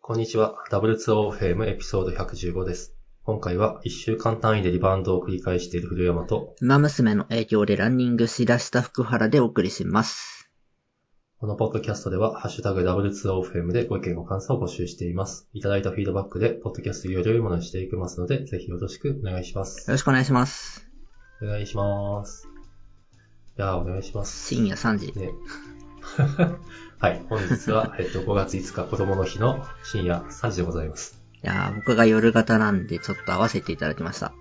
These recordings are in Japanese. こんにちは。W2OFM エピソード115です。今回は一週間単位でリバウンドを繰り返している古山と、馬娘の影響でランニングしだした福原でお送りします。このポッドキャストでは、ハッシュタグ W2OFM でご意見ご感想を募集しています。いただいたフィードバックで、ポッドキャストより良いものにしていきますので、ぜひよろしくお願いしまよす。ろしくお願いします。お願いします。いやー、お願いします。深夜3時。ね。 はい、本日は、えっと、5月5日子供の日の深夜3時でございます。いやー、僕が夜型なんでちょっと合わせていただきました。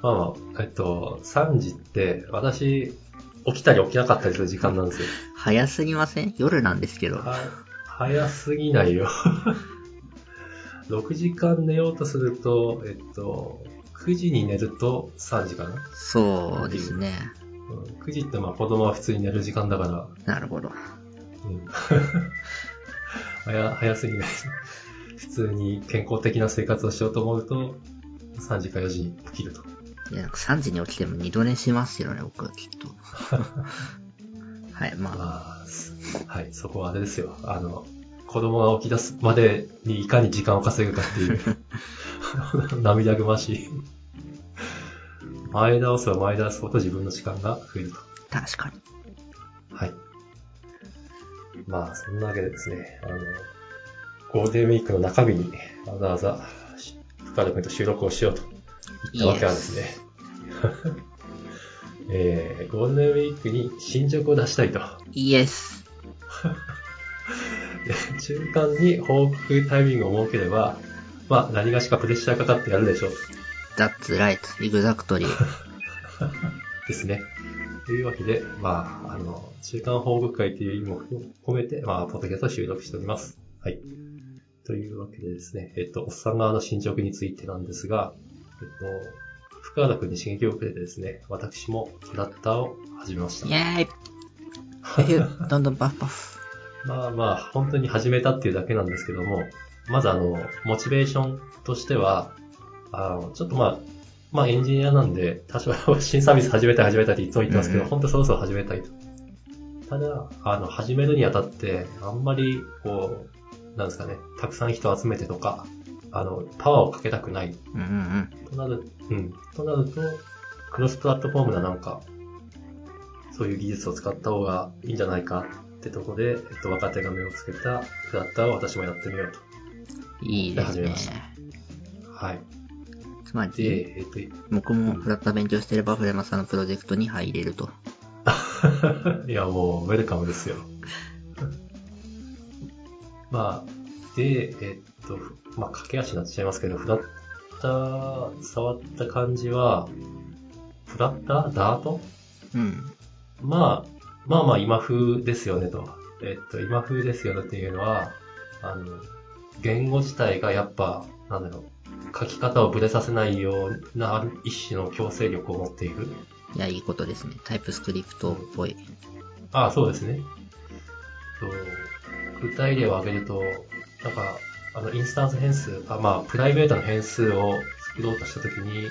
まあまあ、えっと、3時って、私、起きたり起きなかったりする時間なんですよ。早すぎません夜なんですけど。は早すぎないよ。6時間寝ようとすると、えっと、9時に寝ると3時かな。そうですね。うん9時ってまあ子供は普通に寝る時間だから、なるほど。うん 早早すぎない。普通に健康的な生活をしようと思うと、3時か4時に起きると。いや、なんか3時に起きても二度寝しますよね、僕はきっと。はい、まあ、まあ、すはい、そこはあれですよ。あの、子供が起き出すまでにいかに時間を稼ぐかっていう、涙ぐましい。前倒すは前倒すほど自分の時間が増えると。確かに。はい。まあ、そんなわけでですね、あの、ゴールデンウィークの中日にわざわざ、し深田君と収録をしようと言ったわけなんですね。 えー、ゴールデンウィークに進捗を出したいと。イエス。で中間に報告タイミングを設ければ、まあ、何がしかプレッシャーかかってやるでしょう。 That's right. Exactly. ですね。というわけで、まあ、あの、中間報告会という意味も込めて、まあ、ポッドキャストを収録しております。はい。というわけでですね、えっと、おっさん側の進捗についてなんですが、えっと、福原君に刺激を受けてですね、私もキャラクターを始めましたイ。ェーイどんどんパフパフ。まあまあ、本当に始めたっていうだけなんですけども、まずあの、モチベーションとしては、あの、ちょっとまあ、まあエンジニアなんで、多少 新サービス始めたい始めたいっていつも言ってますけど、うんうん本当そろそろ始めたいと。ただ、あの、始めるにあたって、あんまり、こう、なんですかね、たくさん人集めてとか、あの、パワーをかけたくないうんうんとなる、うん。となると、クロスプラットフォームななんか、そういう技術を使った方がいいんじゃないかってとこで、えっと、若手が目をつけたクラッターを私もやってみよううん。いいです始めねま。しと。はい。つまり、で、えっ と、僕もフラッター勉強してれば、フレマさんのプロジェクトに入れると。いや、もう、ウェルカムですよ。 まあ、で、えっと、まあ、駆け足になっちゃいますけど、フラッター、触った感じは、フラッターダートうん。まあ、まあまあ今風ですよねと。えっと、今風ですよねっていうのは、あの、言語自体がやっぱ、なんだろう、書き方をブレさせないようなある一種の強制力を持っている。いや、いいことですね。タイプスクリプトっぽい。ああ、そうですね。と具体例を挙げると、なんか、あの、インスタンス変数、あまあ、プライベートの変数を作ろうとしたときに、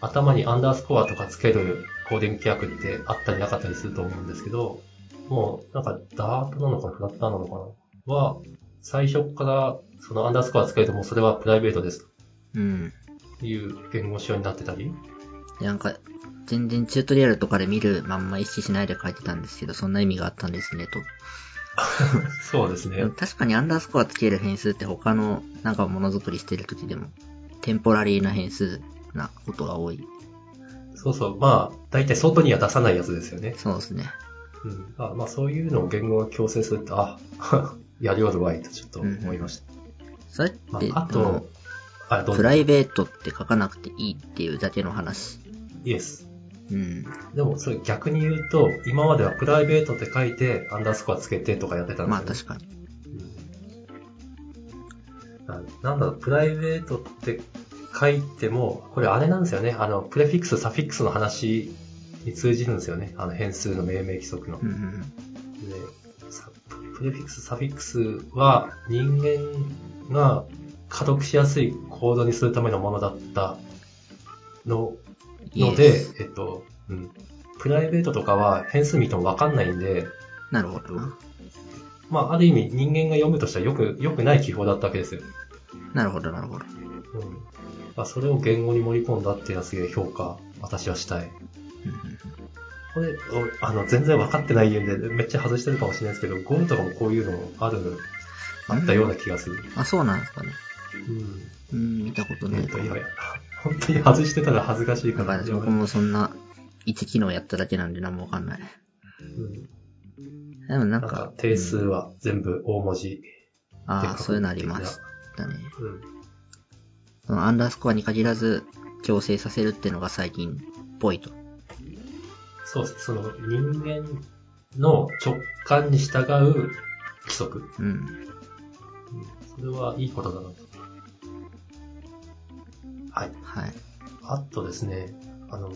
頭にアンダースコアとかつけるコーディング規約ってあったりなかったりすると思うんですけど、もう、なんか、ダートなのかフラッターなのかなは、最初から、そのアンダースコアつけるともうそれはプライベートですうん。という言語仕様になってたり、で、なんか、全然チュートリアルとかで見るまんま意識しないで書いてたんですけど、そんな意味があったんですね、と。 そうですね。確かにアンダースコアつける変数って他の、なんかものづくりしてる時でも、テンポラリーな変数なことが多い。そうそう。まあ、大体外には出さないやつですよね。そうですね。うん、あまあそういうのを言語が強制するって、あ、 やりよるわいとちょっと思いました。それって、まあ、あでもと、あ、どうプライベートって書かなくていいっていうだけの話。イエス。うん。でもそれ逆に言うと、今まではプライベートって書いて、アンダースコアつけてとかやってたんまあです確かに。よ、ねあなんだろう、プライベートって書いても、これあれなんですよね。あの、プレフィックス、サフィックスの話に通じるんですよね。あの変数の命名規則のう。んうんで、さプレフィックス、サフィックスは人間が可読しやすいコードにするためのものだったのうん。のイエでス、えっと、うん。プライベートとかは変数見てもわかんないんで、なるほどな。まあ、ある意味人間が読むとしてはよく、良くない記法だったわけですよ。なるほど、なるほど。うん。まあ、それを言語に盛り込んだっていうのはすげえ評価、私はしたい。うんうんうんこれ、おあの、全然分かってないんで、めっちゃ外してるかもしれないですけど、ゴムとかもこういうのある、あったような気がする。あ、そうなんですかね。うん。うん、見たことなえいっと、かもいやいや、本当に外してたら恥ずかしいか。だからら僕もそんな、一機能やっただけなんで何もわかんない。うんでもななんんかか、、定数は全部大文字。ああ、でそういうのありましたね。うん。そのアンダースコアに限らず、調整させるってのが最近っぽいと。そうです。その人間の直感に従う規則。うんうん。それはいいことだなと。はい。はい。あとですね、あの、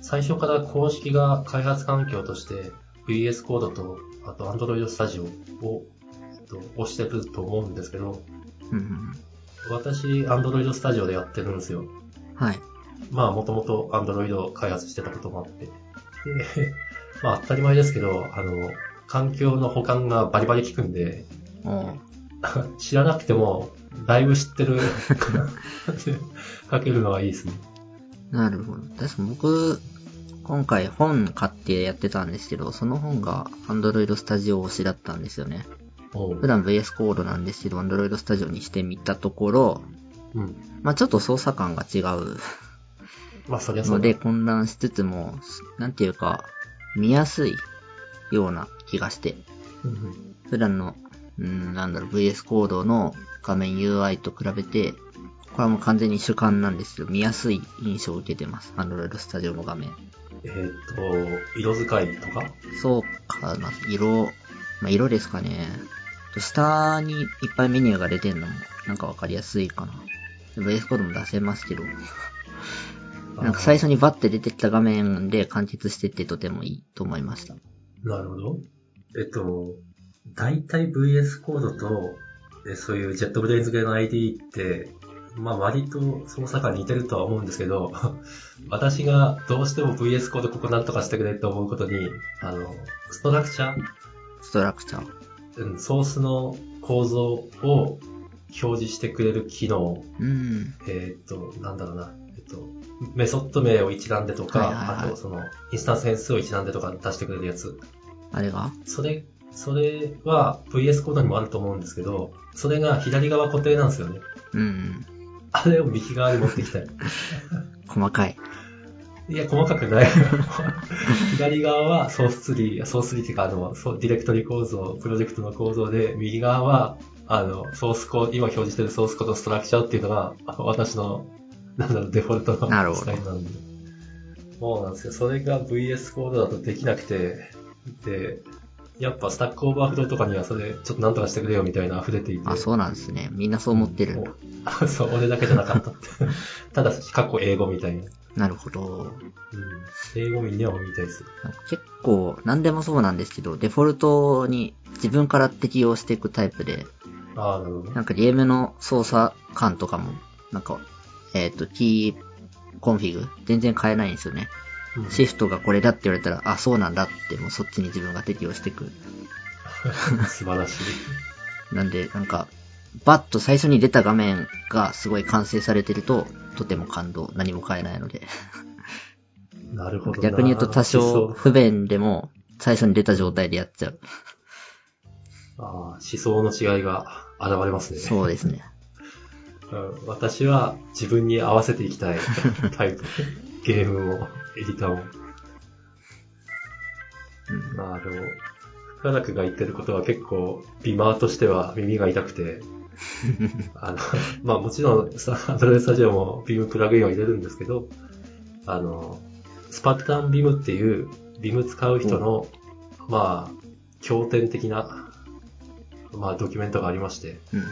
最初から公式が開発環境として VS コードと、あと Android Studio を、えっと、押してると思うんですけど、うんうん私、Android Studio でやってるんですよ。うん。はい。まあ、もともと Android 開発してたこともあって。で、 まあ、当たり前ですけど、あの、環境の保管がバリバリ効くんで、 おう知らなくても、だいぶ知ってる 書けるのはいいですね。なるほど。確か僕、今回本買ってやってたんですけど、その本が Android Studio 推しだったんですよね。おう普段 VS Code なんですけど、Android Studio にしてみたところ、うん。まあちょっと操作感が違うまあ、そりゃそのうだで。混乱しつつも、なんていうか、見やすいような気がして、うんうん普段の、うん、なんだろう、VS コードの画面 UI と比べて、これはもう完全に主観なんですけど、見やすい印象を受けてます。Android Studio の画面。えーっと、色使いとかそうかな、色、まあ、色ですかね。下にいっぱいメニューが出てるのも、なんかわかりやすいかな。VS コードも出せますけど、なんか最初にバッて出てきた画面で完結してってとてもいいと思いました。なるほど。えっと、大体 VS コードと、えそういう JetBrains 系の ID って、まあ割と操作が似てるとは思うんですけど、 私がどうしても VS コードここなんとかしてくれと思うことに、あの、ストラクチャー、ストラクチャー。うん、ソースの構造を表示してくれる機能、うん。えーっと、なんだろうな、えっと、メソッド名を一覧でとか、はいはいはいあとその、インスタンス変数を一覧でとか出してくれるやつ。あれがそれ、それは VS コードにもあると思うんですけど、それが左側固定なんですよね。うん。あれを右側に持ってきたい。細かい。いや、細かくない。 左側はソース3、ソース3っていうか、あの、そうディレクトリ構造、プロジェクトの構造で、右側は、あの、ソースコード、今表示してるソースコードストラクチャーっていうのが、 あ私の、なんだろう、デフォルトなるほのスタどイルなんで。そうなんですよ。それが VS コードだとできなくて、で、やっぱスタックオーバーフローとかにはそれ、ちょっとなんとかしてくれよみたいな溢れていて。あ、そうなんですね。みんなそう思ってるんだ。お そう、俺だけじゃなかったって。 ただ、過去英語みたいな。なるほど。うん英語見には多いみたいです。なんか結構、何でもそうなんですけど、デフォルトに自分から適用していくタイプで、ああ、なるほど。なんかゲームの操作感とかも、なんか、えっ、と、キーコンフィグ、全然変えないんですよね。うんシフトがこれだって言われたら、あ、そうなんだって、もうそっちに自分が適用していく。素晴らしい。なんで、なんか、バッと最初に出た画面がすごい完成されてると、とても感動。何も変えないので。なるほどな。逆に言うと多少思想不便でも、最初に出た状態でやっちゃう。あー思想の違いが現れますね。そうですね。うん私は自分に合わせていきたいタイプ。ゲームを、エディターを。うんまあ、あの、深楽が言ってることは結構、ビマーとしては耳が痛くて、あの、まあもちろん、さアドレススタジオもビームプラグインは入れるんですけど、あの、スパルタンビムっていう、ビム使う人の、まあ、経典的な、まあドキュメントがありまして、うんうんう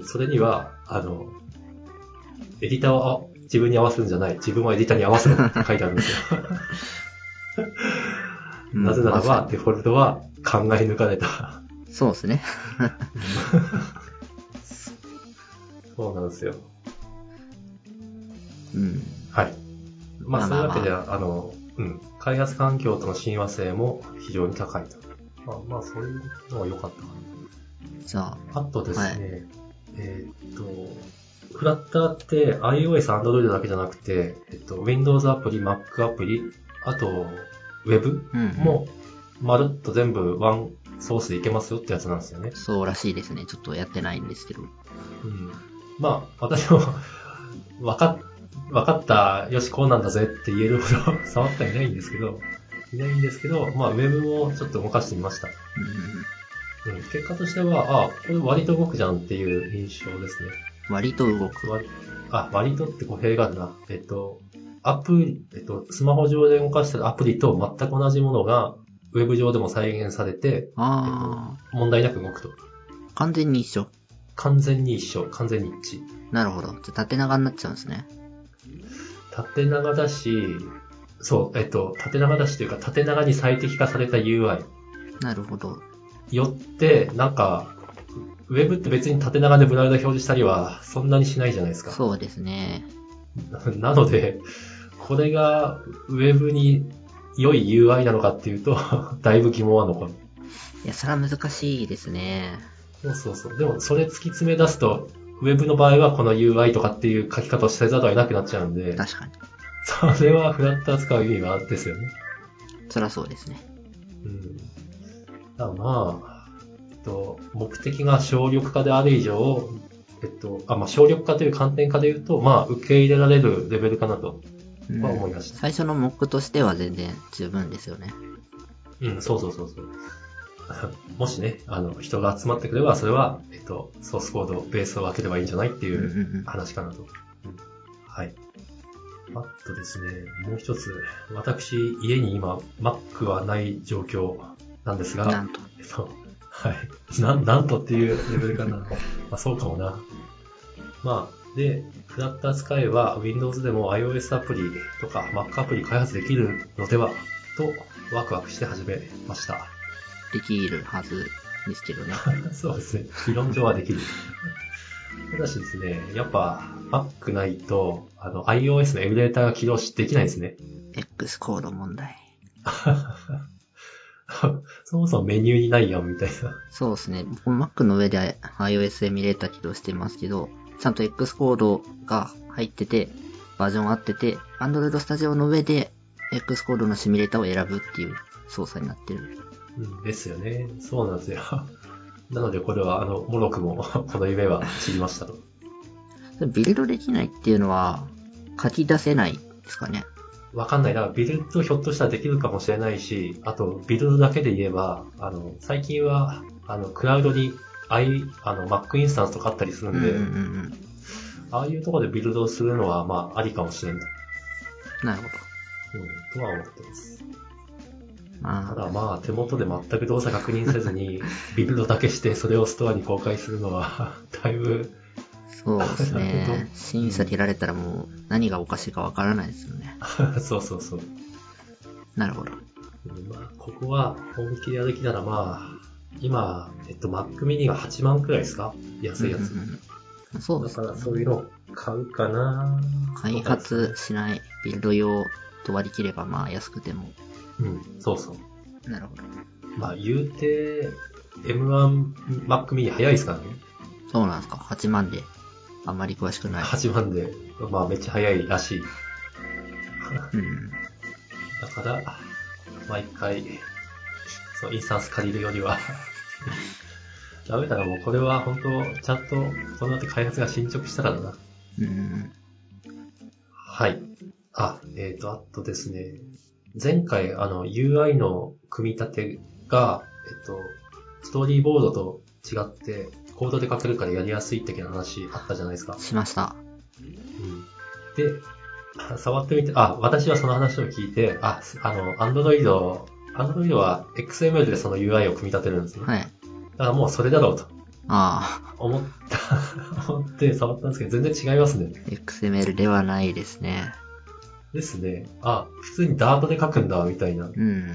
んそれには、あの、エディターをあ自分に合わせるんじゃない。自分はエディターに合わせるって書いてあるんですよ。うんなぜならまば、デフォルトは考え抜かれた。あそうですね。そうなんですよ。うん。はい。まあ、まそういあまあうまあわけでは、あの、うん。開発環境との親和性も非常に高いと。まあ、まあ、そういうのは良かったかじゃあ、な。あとですね、はいえーっと、フラッターって iOS、Android だけじゃなくて、えっと、Windows アプリ、Mac アプリ、あと、Web うん。も、まるっと全部ワンソースでいけますよってやつなんですよね。そうらしいですね。ちょっとやってないんですけど。うん。まあ、私も、 わかっ、わかった、よし、こうなんだぜって言えるほど 触ってはいないんですけど、いないんですけど、まあ、ウェブをちょっと動かしてみました。うん。うん。結果としては、あ、これ割と動くじゃんっていう印象ですね。割と動く。割あ、割とって語弊があるな。えっと、アプリ、えっと、スマホ上で動かしてるアプリと全く同じものが、ウェブ上でも再現されて、あ問題なく動くと。あ、完全に一緒。完全に一緒、完全に一致。なるほど。じゃあ縦長になっちゃうんですね。縦長だし、そう、えっと、縦長だしというか、縦長に最適化された UI なるほど。よって、なんか、ウェブって別に縦長でブラウザ表示したりは、そんなにしないじゃないですか。そうですね。 なので、これがウェブに良い UI なのかっていうと、 だいぶ疑問は残る。いや、それは難しいですね。そうそうそう。でも、それ突き詰め出すと、ウェブの場合はこの UI とかっていう書き方をせざるを得なくなっちゃうんで、確かに。 それはフラッター使う意味があるんですよね。そりゃそうですね。うん。だからまあ、えっと、目的が省力化である以上、えっと、あ、まあ、省力化という観点から言うと、まあ、受け入れられるレベルかなとうんは思いました。最初のモックとしては全然十分ですよね。うん、そうそうそう そう。もしね、あの、人が集まってくれば、それは、えっと、ソースコード、ベースを分ければいいんじゃないっていうんうんううん。話かなと。うんはい。あとですね、もう一つ、私、家に今、Mac はない状況なんですが、なんと。えっと、はい。なん、なんとっていうレベルかな。まあ、そうかもな。まあ、で、フラッター使えば Windows でも iOS アプリとか Mac アプリ開発できるのではとワクワクして始めました。 できるはずですけど ね。そうですね。理論上はできる。 ただしですね、やっぱ Mac ないと、あの iOS のエミュレーターが起動しできないですね。 X コード問題。そもそもメニューにないやんみたいな。そうですね。僕 Mac の上で iOS エミュレーター起動してますけど、ちゃんと X コードが入ってて、バージョン合ってて、Android Studio の上で X コードのシミュレーターを選ぶっていう操作になってる。うんですよね。そうなんですよ。なので、これは、あの、モロクも、 この夢は知りましたと。それビルドできないっていうのは、書き出せないですかね。わかんないな。ビルドひょっとしたらできるかもしれないし、あと、ビルドだけで言えば、あの、最近は、あの、クラウドに、I、あの、Mac インスタンスとかあったりするうんんうんで、うんああいうところでビルドするのは、まあ、ありかもしれない。うん。なるほうん、ど。とは思ってます。たまあ、だまあ、手元で全く動作確認せずに、ビルドだけして、それをストアに公開するのは、 だいぶ、そうですなるほ ねど。審査切られたらもう何がおかしいかわからないですよね。そうそうそう。なるほど。うんまあ、ここは本気でやる気ならまあ、今、えっと、Mac mini が8万くらいですか安いやつ。うんうんうんそうでだすかねらそういうのを買うかな開発しないビルド用と割り切ればまあ安くても。うん、そうそう。なるほど。まあ、言うて、M1 Mac mini 早いですからね。そうなんですか。8万で。あんまり詳しくない。 8万で、まあ、めっちゃ早いらしい。うん。だから、毎回、そう、インスタンス借りるより は、ダメだな、もうこれは本当、ちゃんと、こうなって開発が進捗したらだな。うん。はい。あ、えっ、と、あとですね、前回、あの、UI の組み立てが、えっと、ストーリーボードと違って、コードで書けるからやりやすい的な話あったじゃないですか。しました。で、触ってみて、あ、私はその話を聞いて、あ、すあの、Android、Android は XML でその UI を組み立てるんですね。はい。だからもうそれだろうとああ、思った、 思って触ったんですけど、全然違いますね。 XML ではないですね。ですね。あ、普通にダートで書くんだ、みたいな。うん。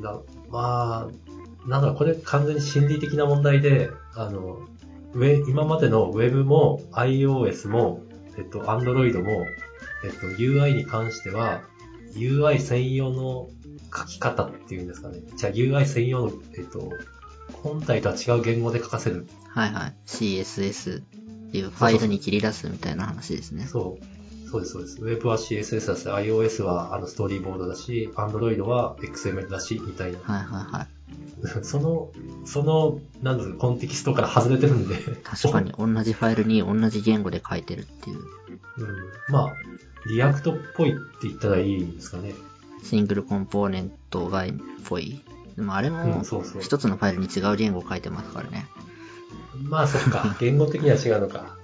なまあ、なんだ、これ完全に心理的な問題で、あの、ウェ今までの Web も iOS も、えっと、Android も、えっと、UI に関しては、UI 専用の書き方っていうんですかね。じゃあ UI 専用の、えっと、本体とは違う言語で書かせる。はいはい。CSS っていうファイルに切り出すみたいな話ですね。そう。そうです、そうです。Web は CSS だし、iOS はあのストーリーボードだし、Android は XML だし、みたいな。はいはいは い。その、その、なんですか、コンテキストから外れてるんで。確かに同じファイルに同じ言語で書いてるっていう。 うん、まあ、リアクトっぽいって言ったらいいんですかね。シングルコンポーネント外っぽい。でもあれうもんそうそう一つのファイルに違う言語を書いてますからね。まあ、そっ か。言語的には違うのか。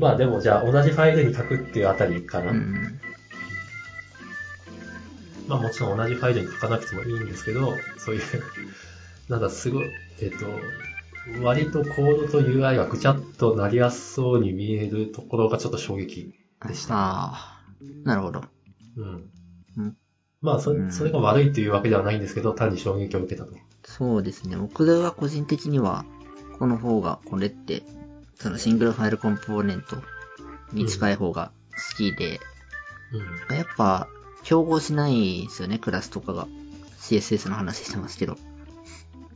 まあ、でも、じゃあ、同じファイルに書くっていうあたりかうな。ん。まあ、もちろん同じファイルに書かなくてもいいんですけど、そう いう、なんだ、すごい、えっ、と、割とコードと UI がぐちゃっとなりやすそうに見えるところがちょっと衝撃でした。ああ。なるほど。うんうん。まあそれ、それが悪いというわけではないんですけど、単に衝撃を受けたと。そうですね。僕は個人的には、この方が、これって、そのシングルファイルコンポーネントに近い方が好きで、うやっぱ、競合しないですよね、クラスとかが。CSS の話してますけど。ん。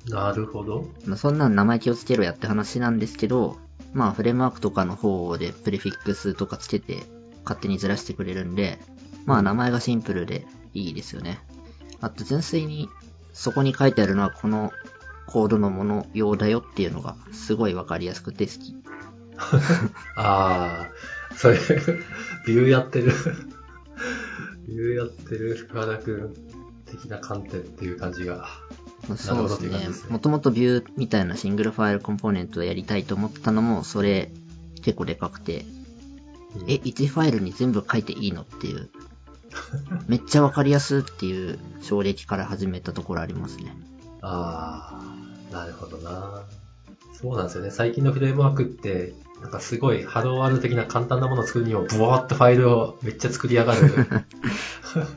なるほど。まあ、そんなん名前気をつけろやって話なんですけど、まあフレームワークとかの方でプレフィックスとかつけて勝手にずらしてくれるんで、まあ名前がシンプルでいいですよね。あと純粋にそこに書いてあるのはこのコードのもの用だよっていうのがすごいわかりやすくて好き。ああ、それ、 ビューやってる。 ビューやってる深田君的な観点っていう感じが。なまあるそうほどですという感じねです。ねもともとビューみたいなシングルファイルコンポーネントをやりたいと思ったのもそれ結構でかくて、うんえ、1ファイルに全部書いていいのっていう。めっちゃわかりやすっていう衝撃から始めたところありますね。ああ、なるほどな。そうなんですよね。最近のフレームワークって、なんかすごいハローワールド的な簡単なものを作るにも、ブワーっとファイルをめっちゃ作り上が る。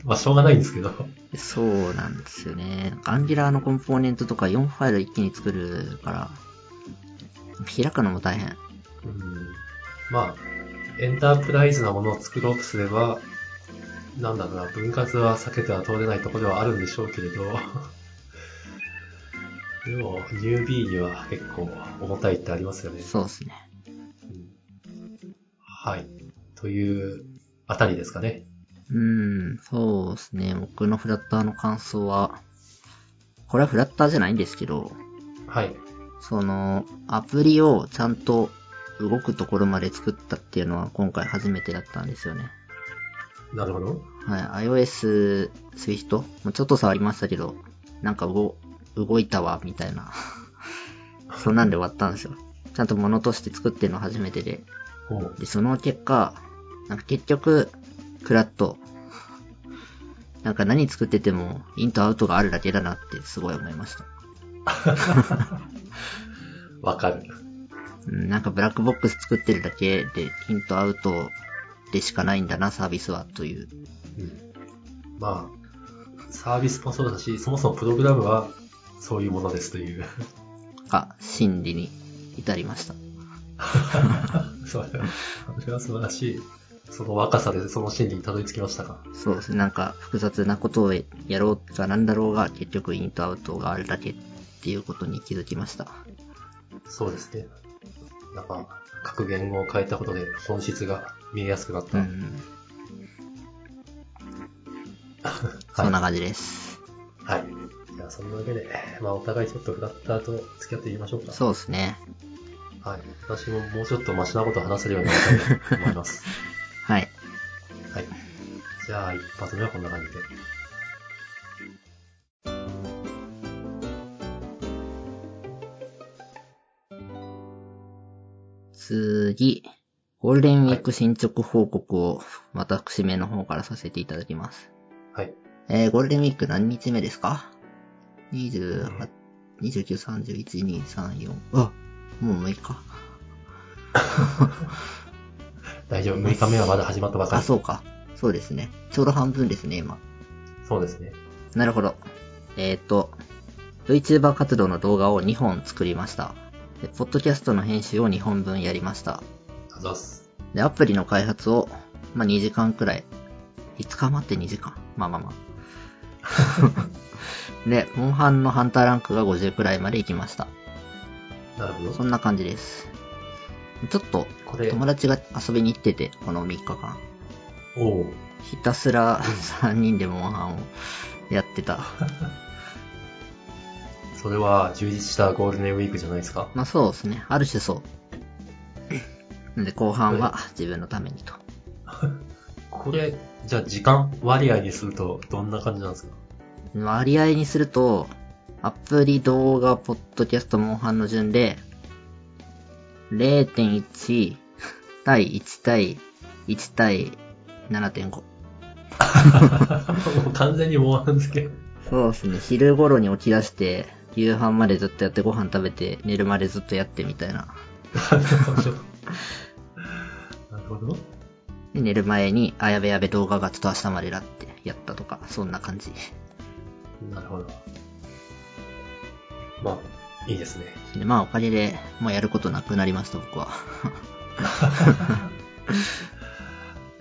まあ、しょうがないんですけど。そうなんですよね。アンギュラーのコンポーネントとか4ファイル一気に作るから、開くのも大変。うんまあ、エンタープライズなものを作ろうとすれば、なんだろうな、分割は避けては通れないところではあるんでしょうけれど、 でも、ニュービーには結構重たいってありますよね。そうですね。うんはい。というあたりですかね。うん、そうですね。僕のフラッターの感想は、これはフラッターじゃないんですけど、はい。その、アプリをちゃんと動くところまで作ったっていうのは今回初めてだったんですよね。なるほど。はい、iOS、Swift? もうちょっと触りましたけど、なんか動、動いたわ、みたいな。 そんなんで終わったんですよ。ちゃんと物として作ってるの初めてで。ほうで、その結果、なんか結局、クラッと、なんか何作ってても、インとアウトがあるだけだなってすごい思いました。わかる。うん、なんかブラックボックス作ってるだけで、インとアウトでしかないんだな、サービスは、という。うんまあ、サービスもそうだし、そもそもプログラムはそういうものですという。が、心理に至りました。それは、それは素晴らしい。その若さでその心理にたどり着きましたか。そうですね、なんか複雑なことをやろうがなんだろうが、結局インとアウトがあるだけっていうことに気づきました。そうですね。なんか、各言語を変えたことで本質が見えやすくなった。うはい。ん、そんな感じです。はい。じゃあ、そんなわけで、まあ、お互いちょっとフラッターと付き合っていきましょうか。そうですね。はい。私ももうちょっとマシなことを話せるようになりたいと思います。 はい。はい。じゃあ、一発目はこんな感じで。次、ゴールデンウィーク進捗報告を私めの方からさせていただきます。はい。えー、ゴールデンウィーク何日目ですか ?28、29、31、2、3、4。あ、もう6日。大丈夫。6日目はまだ始まったばかり。あ、そうか。そうですね。ちょうど半分ですね、今。そうですね。なるほど。えっ、と、VTuber 活動の動画を2本作りました。で、ポッドキャストの編集を2本分やりました。あざっす。で、アプリの開発を、まあ、2時間くらい。5日待って2時間。まあまあま で、モンハンのハンターランクが50くらいまで行きました。なるほそど。んな感じです。ちょっと、これ、友達が遊びに行ってて、この3日間。おうひたすら3人でモンハンをやってた。それは充実したゴールデンウィークじゃないですか。まあそうですね。ある種そう。なんで後半は自分のためにと。これ、じゃあ時間割合にするとどんな感じなんですか 割合にすると、アプリ、動画、ポッドキャスト、モンハンの順で、0.1対1対1対7.5。もう完全にモンハンですけど。 そうですね。昼頃に起き出して、夕飯までずっとやって、ご飯食べて、寝るまでずっとやってみたいな。なるほど。で寝る前に、あ、やべやべ動画がちょっと明日までだってやったとか、そんな感じ。なるほど。まあ、いいですね。でまあおかげで、もうやることなくなりました、僕は。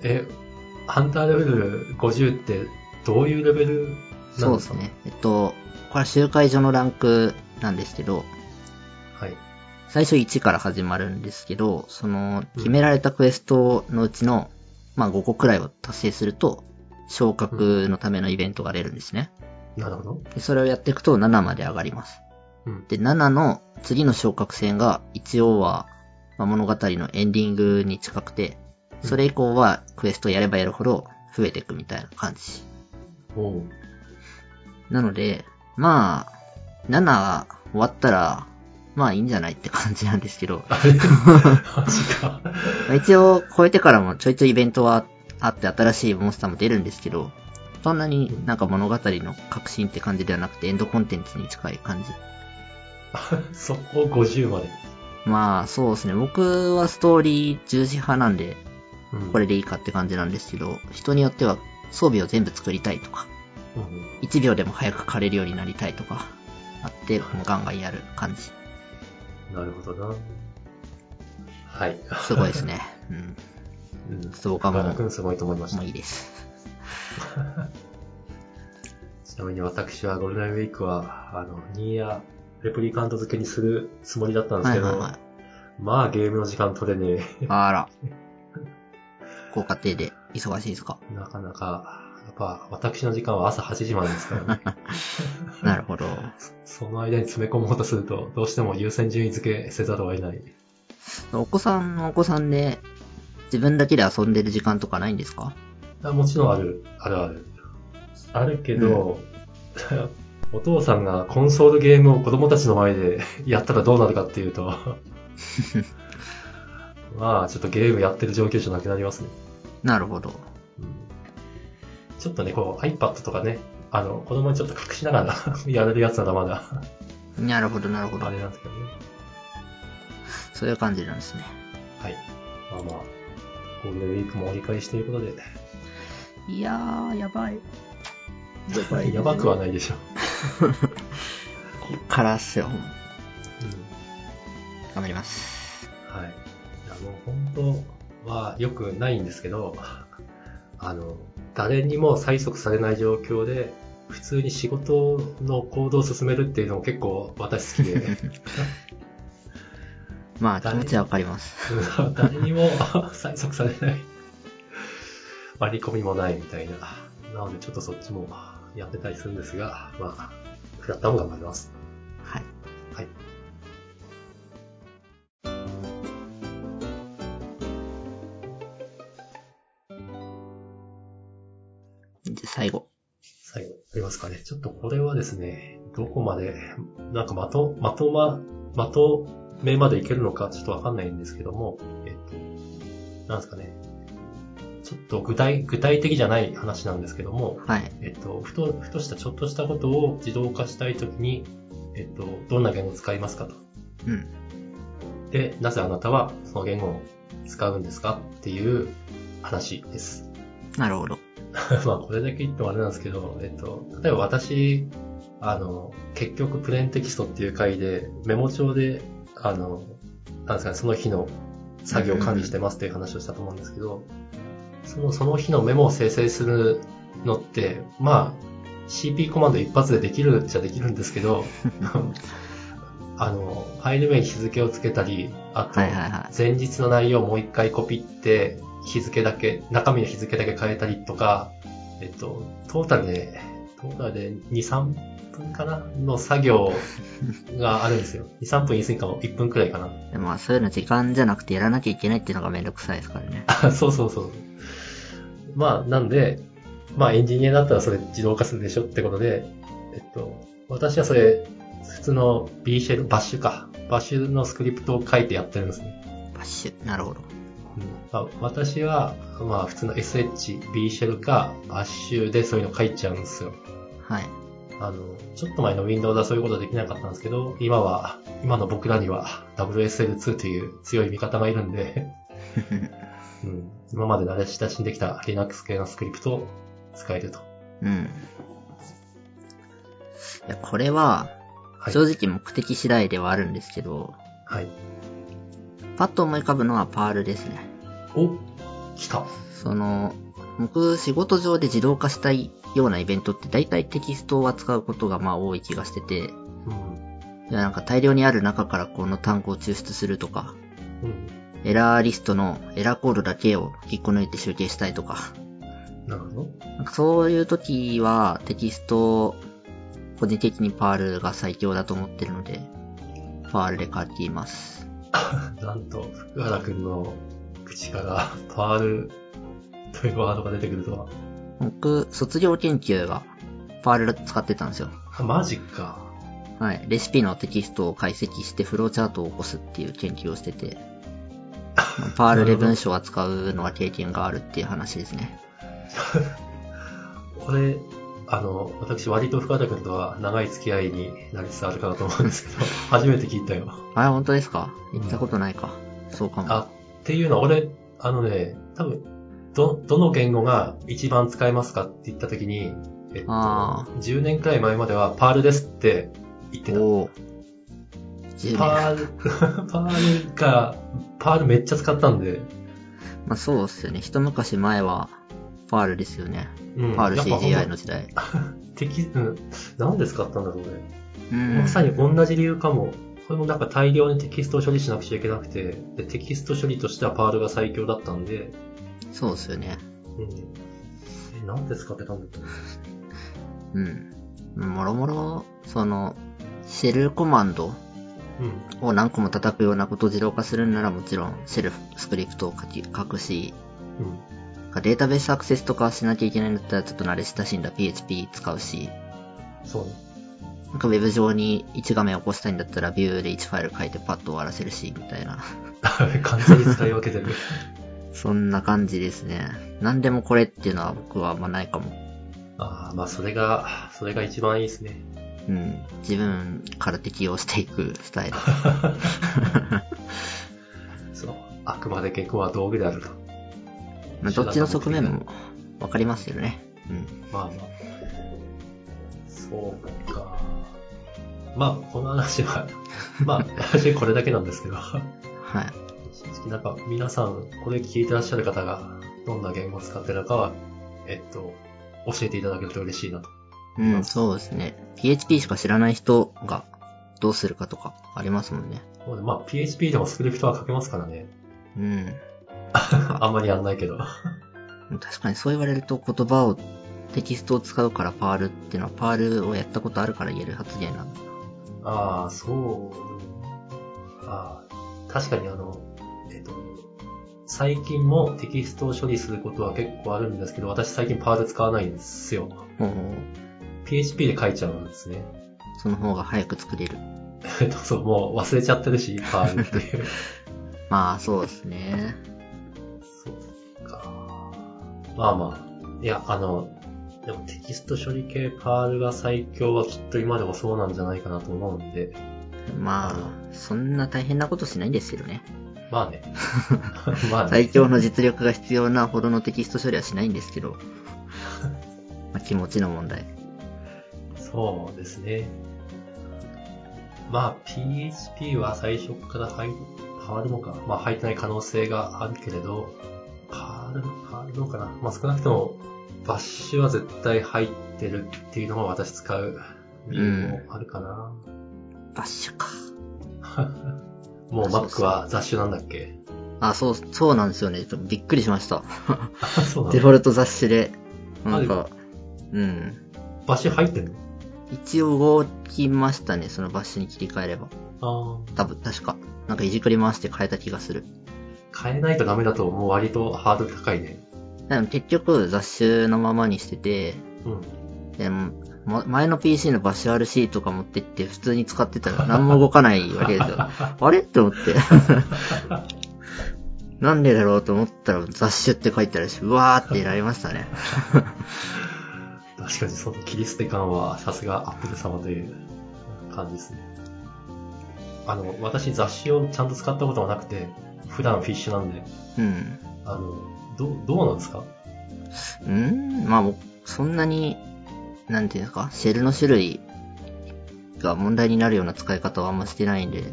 え、ハンターレベル50ってどういうレベルなんそうでですすかね。えっと、これは集会所のランクなんですけど、はい。最初1から始まるんですけど、その、うん決められたクエストのうちの、まあ5個くらいを達成すると、昇格のためのイベントが出るんですね。なるほど。で、それをやっていくと7まで上がります。うん。で、7の次の昇格戦が一応は、まあ、物語のエンディングに近くて、それ以降はクエストやればやるほど増えていくみたいな感じ。おうなので、まあ、7が終わったら、まあいいんじゃないって感じなんですけど、あれマジか。 まあ一応超えてからもちょいちょいイベントはあって新しいモンスターも出るんですけど、そんなになんか物語の革新って感じではなくてエンドコンテンツに近い感じ。そこ50まで。まあそうですね、僕はストーリー重視派なんで、うんこれ。でいいかって感じなんですけど、人によっては装備を全部作りたいとか、うん。 1秒でも早く枯れるようになりたいとか、あって、もうガンガンやる感じ。なるほどな。はい。すごいですね。うん。うん。ちょっと僕はもう岡田君すごいと思いましもたうい。いです。ちなみに私はゴールデンウィークは、あの、ニーヤレプリカント付けにするつもりだったんですはけいど、はいはまあゲームの時間取れねい。あら。ご家庭で忙しいですかえ。 なかなか、やっぱ私の時間は朝8時までです からね。なるほど。その間に詰め込もうとすると、どうしても優先順位付けせざるを得ない。お子さんのお子さんで、自分だけで遊んでる時間とかないんですかあもちろんある、あるある。あるけど、 お父さんがコンソールゲームを子供たちの前で やったらどうなるかっていう と、まあちょっとゲームやってる状況じゃなくなりますね。なるほど。うんちょっとね、こう iPad とかね、あの、子供にちょっと隠しながら やれるやつならまだ、なるほど、なるほあど。れなんですけどね。そういう感じなんですね。はい。まあまあ、ゴールデンウィークも折り返しということで、いやー、やばい。ややばくはないでしょう。こっからっすよ、ほんうまん頑張ります。はい。いや、もう本当は良くないんですけど、あの、誰にも催促されない状況で、普通に仕事の行動を進めるっていうのも結構私好きで、まあ、気持ちはわかります。うん誰にも 催促されない。割り込みもないみたいな。なのでちょっとそっちもやってたりするんですが、まあ、クラッターも頑張ります。はい。はい。じゃあ最後。最後、ありますかね。ちょっとこれはですね、どこまで、なんかまと、まとま、まとめまでいけるのかちょっとわかんないんですけども、えっと、なんですかね。ちょっと具体、具体的じゃない話なんですけども、はい。えっと、ふと、ふとしたちょっとしたことを自動化したいときに、えっと、どんな言語を使いますかと。うん。で、なぜあなたはその言語を使うんですかっていう話です。なるほど。 まあ、これだけ言ってもあれなんですけど、えっと、例えば私、あの、結局プレーンテキストっていう回で、メモ帳で、あの、なんですかね、その日の作業を管理してますっていう話をしたと思うんですけど、その、その日のメモを生成するのって、まあ、 CP コマンド一発でできるっちゃできるんですけど、あの、ファイル名に日付をつけたり、あとはいはいは、前日の内容をもう一回コピって、日付だけ、中身の日付だけ変えたりとか、えっと、トータルで、トータルで2、3分かなの作業があるんですよ。2、3分言い過 ぎかも、1分くらいかな。でもまあそういうの時間じゃなくてやらなきゃいけないっていうのがめんどくさいですからね。あ そうそうそう。まあ、なんで、まあ、エンジニアだったらそれ自動化するでしょってことで、えっと、私はそれ、普通の B シェル、バッシュか。バッシュのスクリプトを書いてやってるんですね。バッシュ。なるほど。うんまあ、私は、まあ、普通の SH、B シェルか、バッシュでそういうの書いちゃうんですよ。はい。あの、ちょっと前の Windows はそういうことできなかったんですけど、今は、今の僕らには WSL2 という強い味方がいるんで、うん、今まで慣れ親しんできた Linux 系のスクリプトを使えると。うん。いや、これは、はい。正直目的次第ではあるんですけど、はい。パッと思い浮かぶのはパールですね。お来た。その、僕、仕事上で自動化したいようなイベントって大体テキストを扱うことがまあ多い気がしてて、うん。いやなんか大量にある中からこの単語を抽出するとか、うん。エラーリストのエラーコードだけを引っこ抜いて集計したいとか、なるほど。なんかそういう時はテキスト、個人的にパールが最強だと思ってるので、パールで書きます。なんと、福原くんの口からパールというワードが出てくるとは。僕、卒業研究がパール使ってたんですよ。あマジか。はい。レシピのテキストを解析してフローチャートを起こすっていう研究をし てて、まあパールで文章を扱うのは経験があるっていう話ですね。これ、あの、私割と福原くんとは長い付き合いになりつつあるかなと思うんですけ ど、初めて聞いたよ。あれ、本当ですか行ったことないか。そうかも。あ、っていうのは俺、あのね、多分、ど、どの言語が一番使えますかって言った時に、えっと、あ10年くらい前まではパールですって言ってた。おお。10パ年。ール、 パールか、パールめっちゃ使ったんで、まあそうっすよね。一昔前は、パールですよね。うん。パールやっぱ CGI の時代。適、うん。なんで使ったんだろうね。うん。まさに同じ理由かも。これもなんか大量にテキストを処理しなくちゃいけなくて、でテキスト処理としてはパールが最強だったんで、そうっすよね。うん。え、なんで使ってたんだと思う。うん。もろもろ、その、シェルコマンドうん。を何個も叩くようなことを自動化するんならもちろん、シェルスクリプトを書き書くし、うん。データベースアクセスとかしなきゃいけないんだったらちょっと慣れ親しんだ PHP 使うし、そう ね。なんか Web 上に1画面起こしたいんだったら Vue で1ファイル書いてパッと終わらせるし、みたいな。 完全に使い分けてる。 そんな感じですね。何でもこれっていうのは僕はあんまないかも。ああ、まあそれが、それが一番いいですね。うん。自分から適用していくスタイル。そう。あくまで結構は道具であると。まあ、どっちの側面もわかりますよね。うん。まあまあ。そうか。まあ、この話は、 まあ、私これだけなんですけど、正はい。直なんか皆さん、これ聞いてらっしゃる方が、どんな言語を使ってるかは、えっと、教えていただけると嬉しいなと。うん、そうですね。PHP しか知らない人がどうするかとかありますもんね。そうねまあ、PHP でもスクリプトは書けますからね。うん。あんまりやんないけど。確かにそう言われると言葉を、テキストを使うからパールっていうのはパールをやったことあるから言える発言なんだ。 ああ、そう。ああ、確かにあの、えっと、最近もテキストを処理することは結構あるんですけど、私最近パール使わないんですよ。ほうほう PHP で書いちゃうんですね。 その方が早く作れる。えっと、そう、もう忘れちゃってるし、パールっていう。まあそうですね。そうか。まあまあ。いや、あの、でもテキスト処理系パールが最強はきっと今でもそうなんじゃないかなと思うんで。まあ、そんな大変なことしないんですけどね。まあ ね。まあね。最強の実力が必要なほどのテキスト処理はしないんですけ ど。まあ気持ちの問題。そうですね。まあ、PHP は最初から入る、パールのか。まあ、入ってない可能性があるけれど、パール、パールのかな。まあ、少なくとも、バッシュは絶対入っってるっていうのが私使う理由もあるかな。バッシュか。もう Mac は雑種なんだっけあ、そう、そうなんですよね。ちょっとびっくりしました。あ そうなデんフだ。ォルト雑種で。なんはか、うん。バシ入ってんの一応動きましたね、そのバッシュに切り替えれば。ああ。多分、確か。なんかいじくり回して変えた気がする。変えないとダメだともう割とハードル高いね。でも結局雑種のままにしてて、うん。でも、ま前の PC のバッシュ RC とか持ってって普通に使って たら何も動かないわけですよ。あれって思って。なんでだろうと思ったら雑種って書いてあるし、うわーってなりましたね。確かにその切り捨て感はさすがアップル様という感じですね。あの、私雑誌をちゃんと使ったことはなくて、普段フィッシュなんで、うん。あの、どう、どうなんですかうーん、まあ僕、そんなに、なんていうんですか、シェルの種類が問題になるような使い方はあんましてないんで、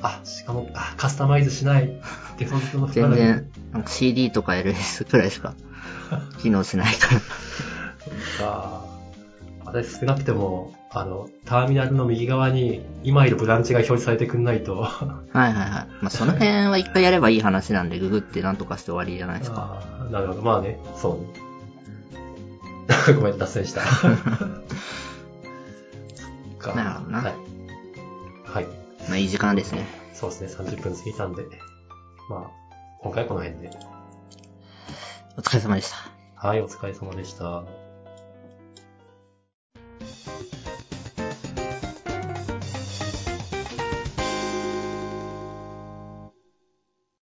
あ、しかも、あ、カスタマイズしない。デフォルトの負荷全だけ然、なんか CD とか LS くらいしか機能しないから。 あー私少なくても、あの、ターミナルの右側に今いるブランチが表示されてくんないと、あはいはいはい。まあその辺は一回やればいい話なんで、ググってなんとかして終わりじゃないですか。ーなるほど。まあね、そうね。ごめん、脱線した。そっかなるほどなはい。はい。まあいい時間ですね。そうですね、30分過ぎたんで。まあ、今回はこの辺で。お疲れ様でした。はい、お疲れ様でした。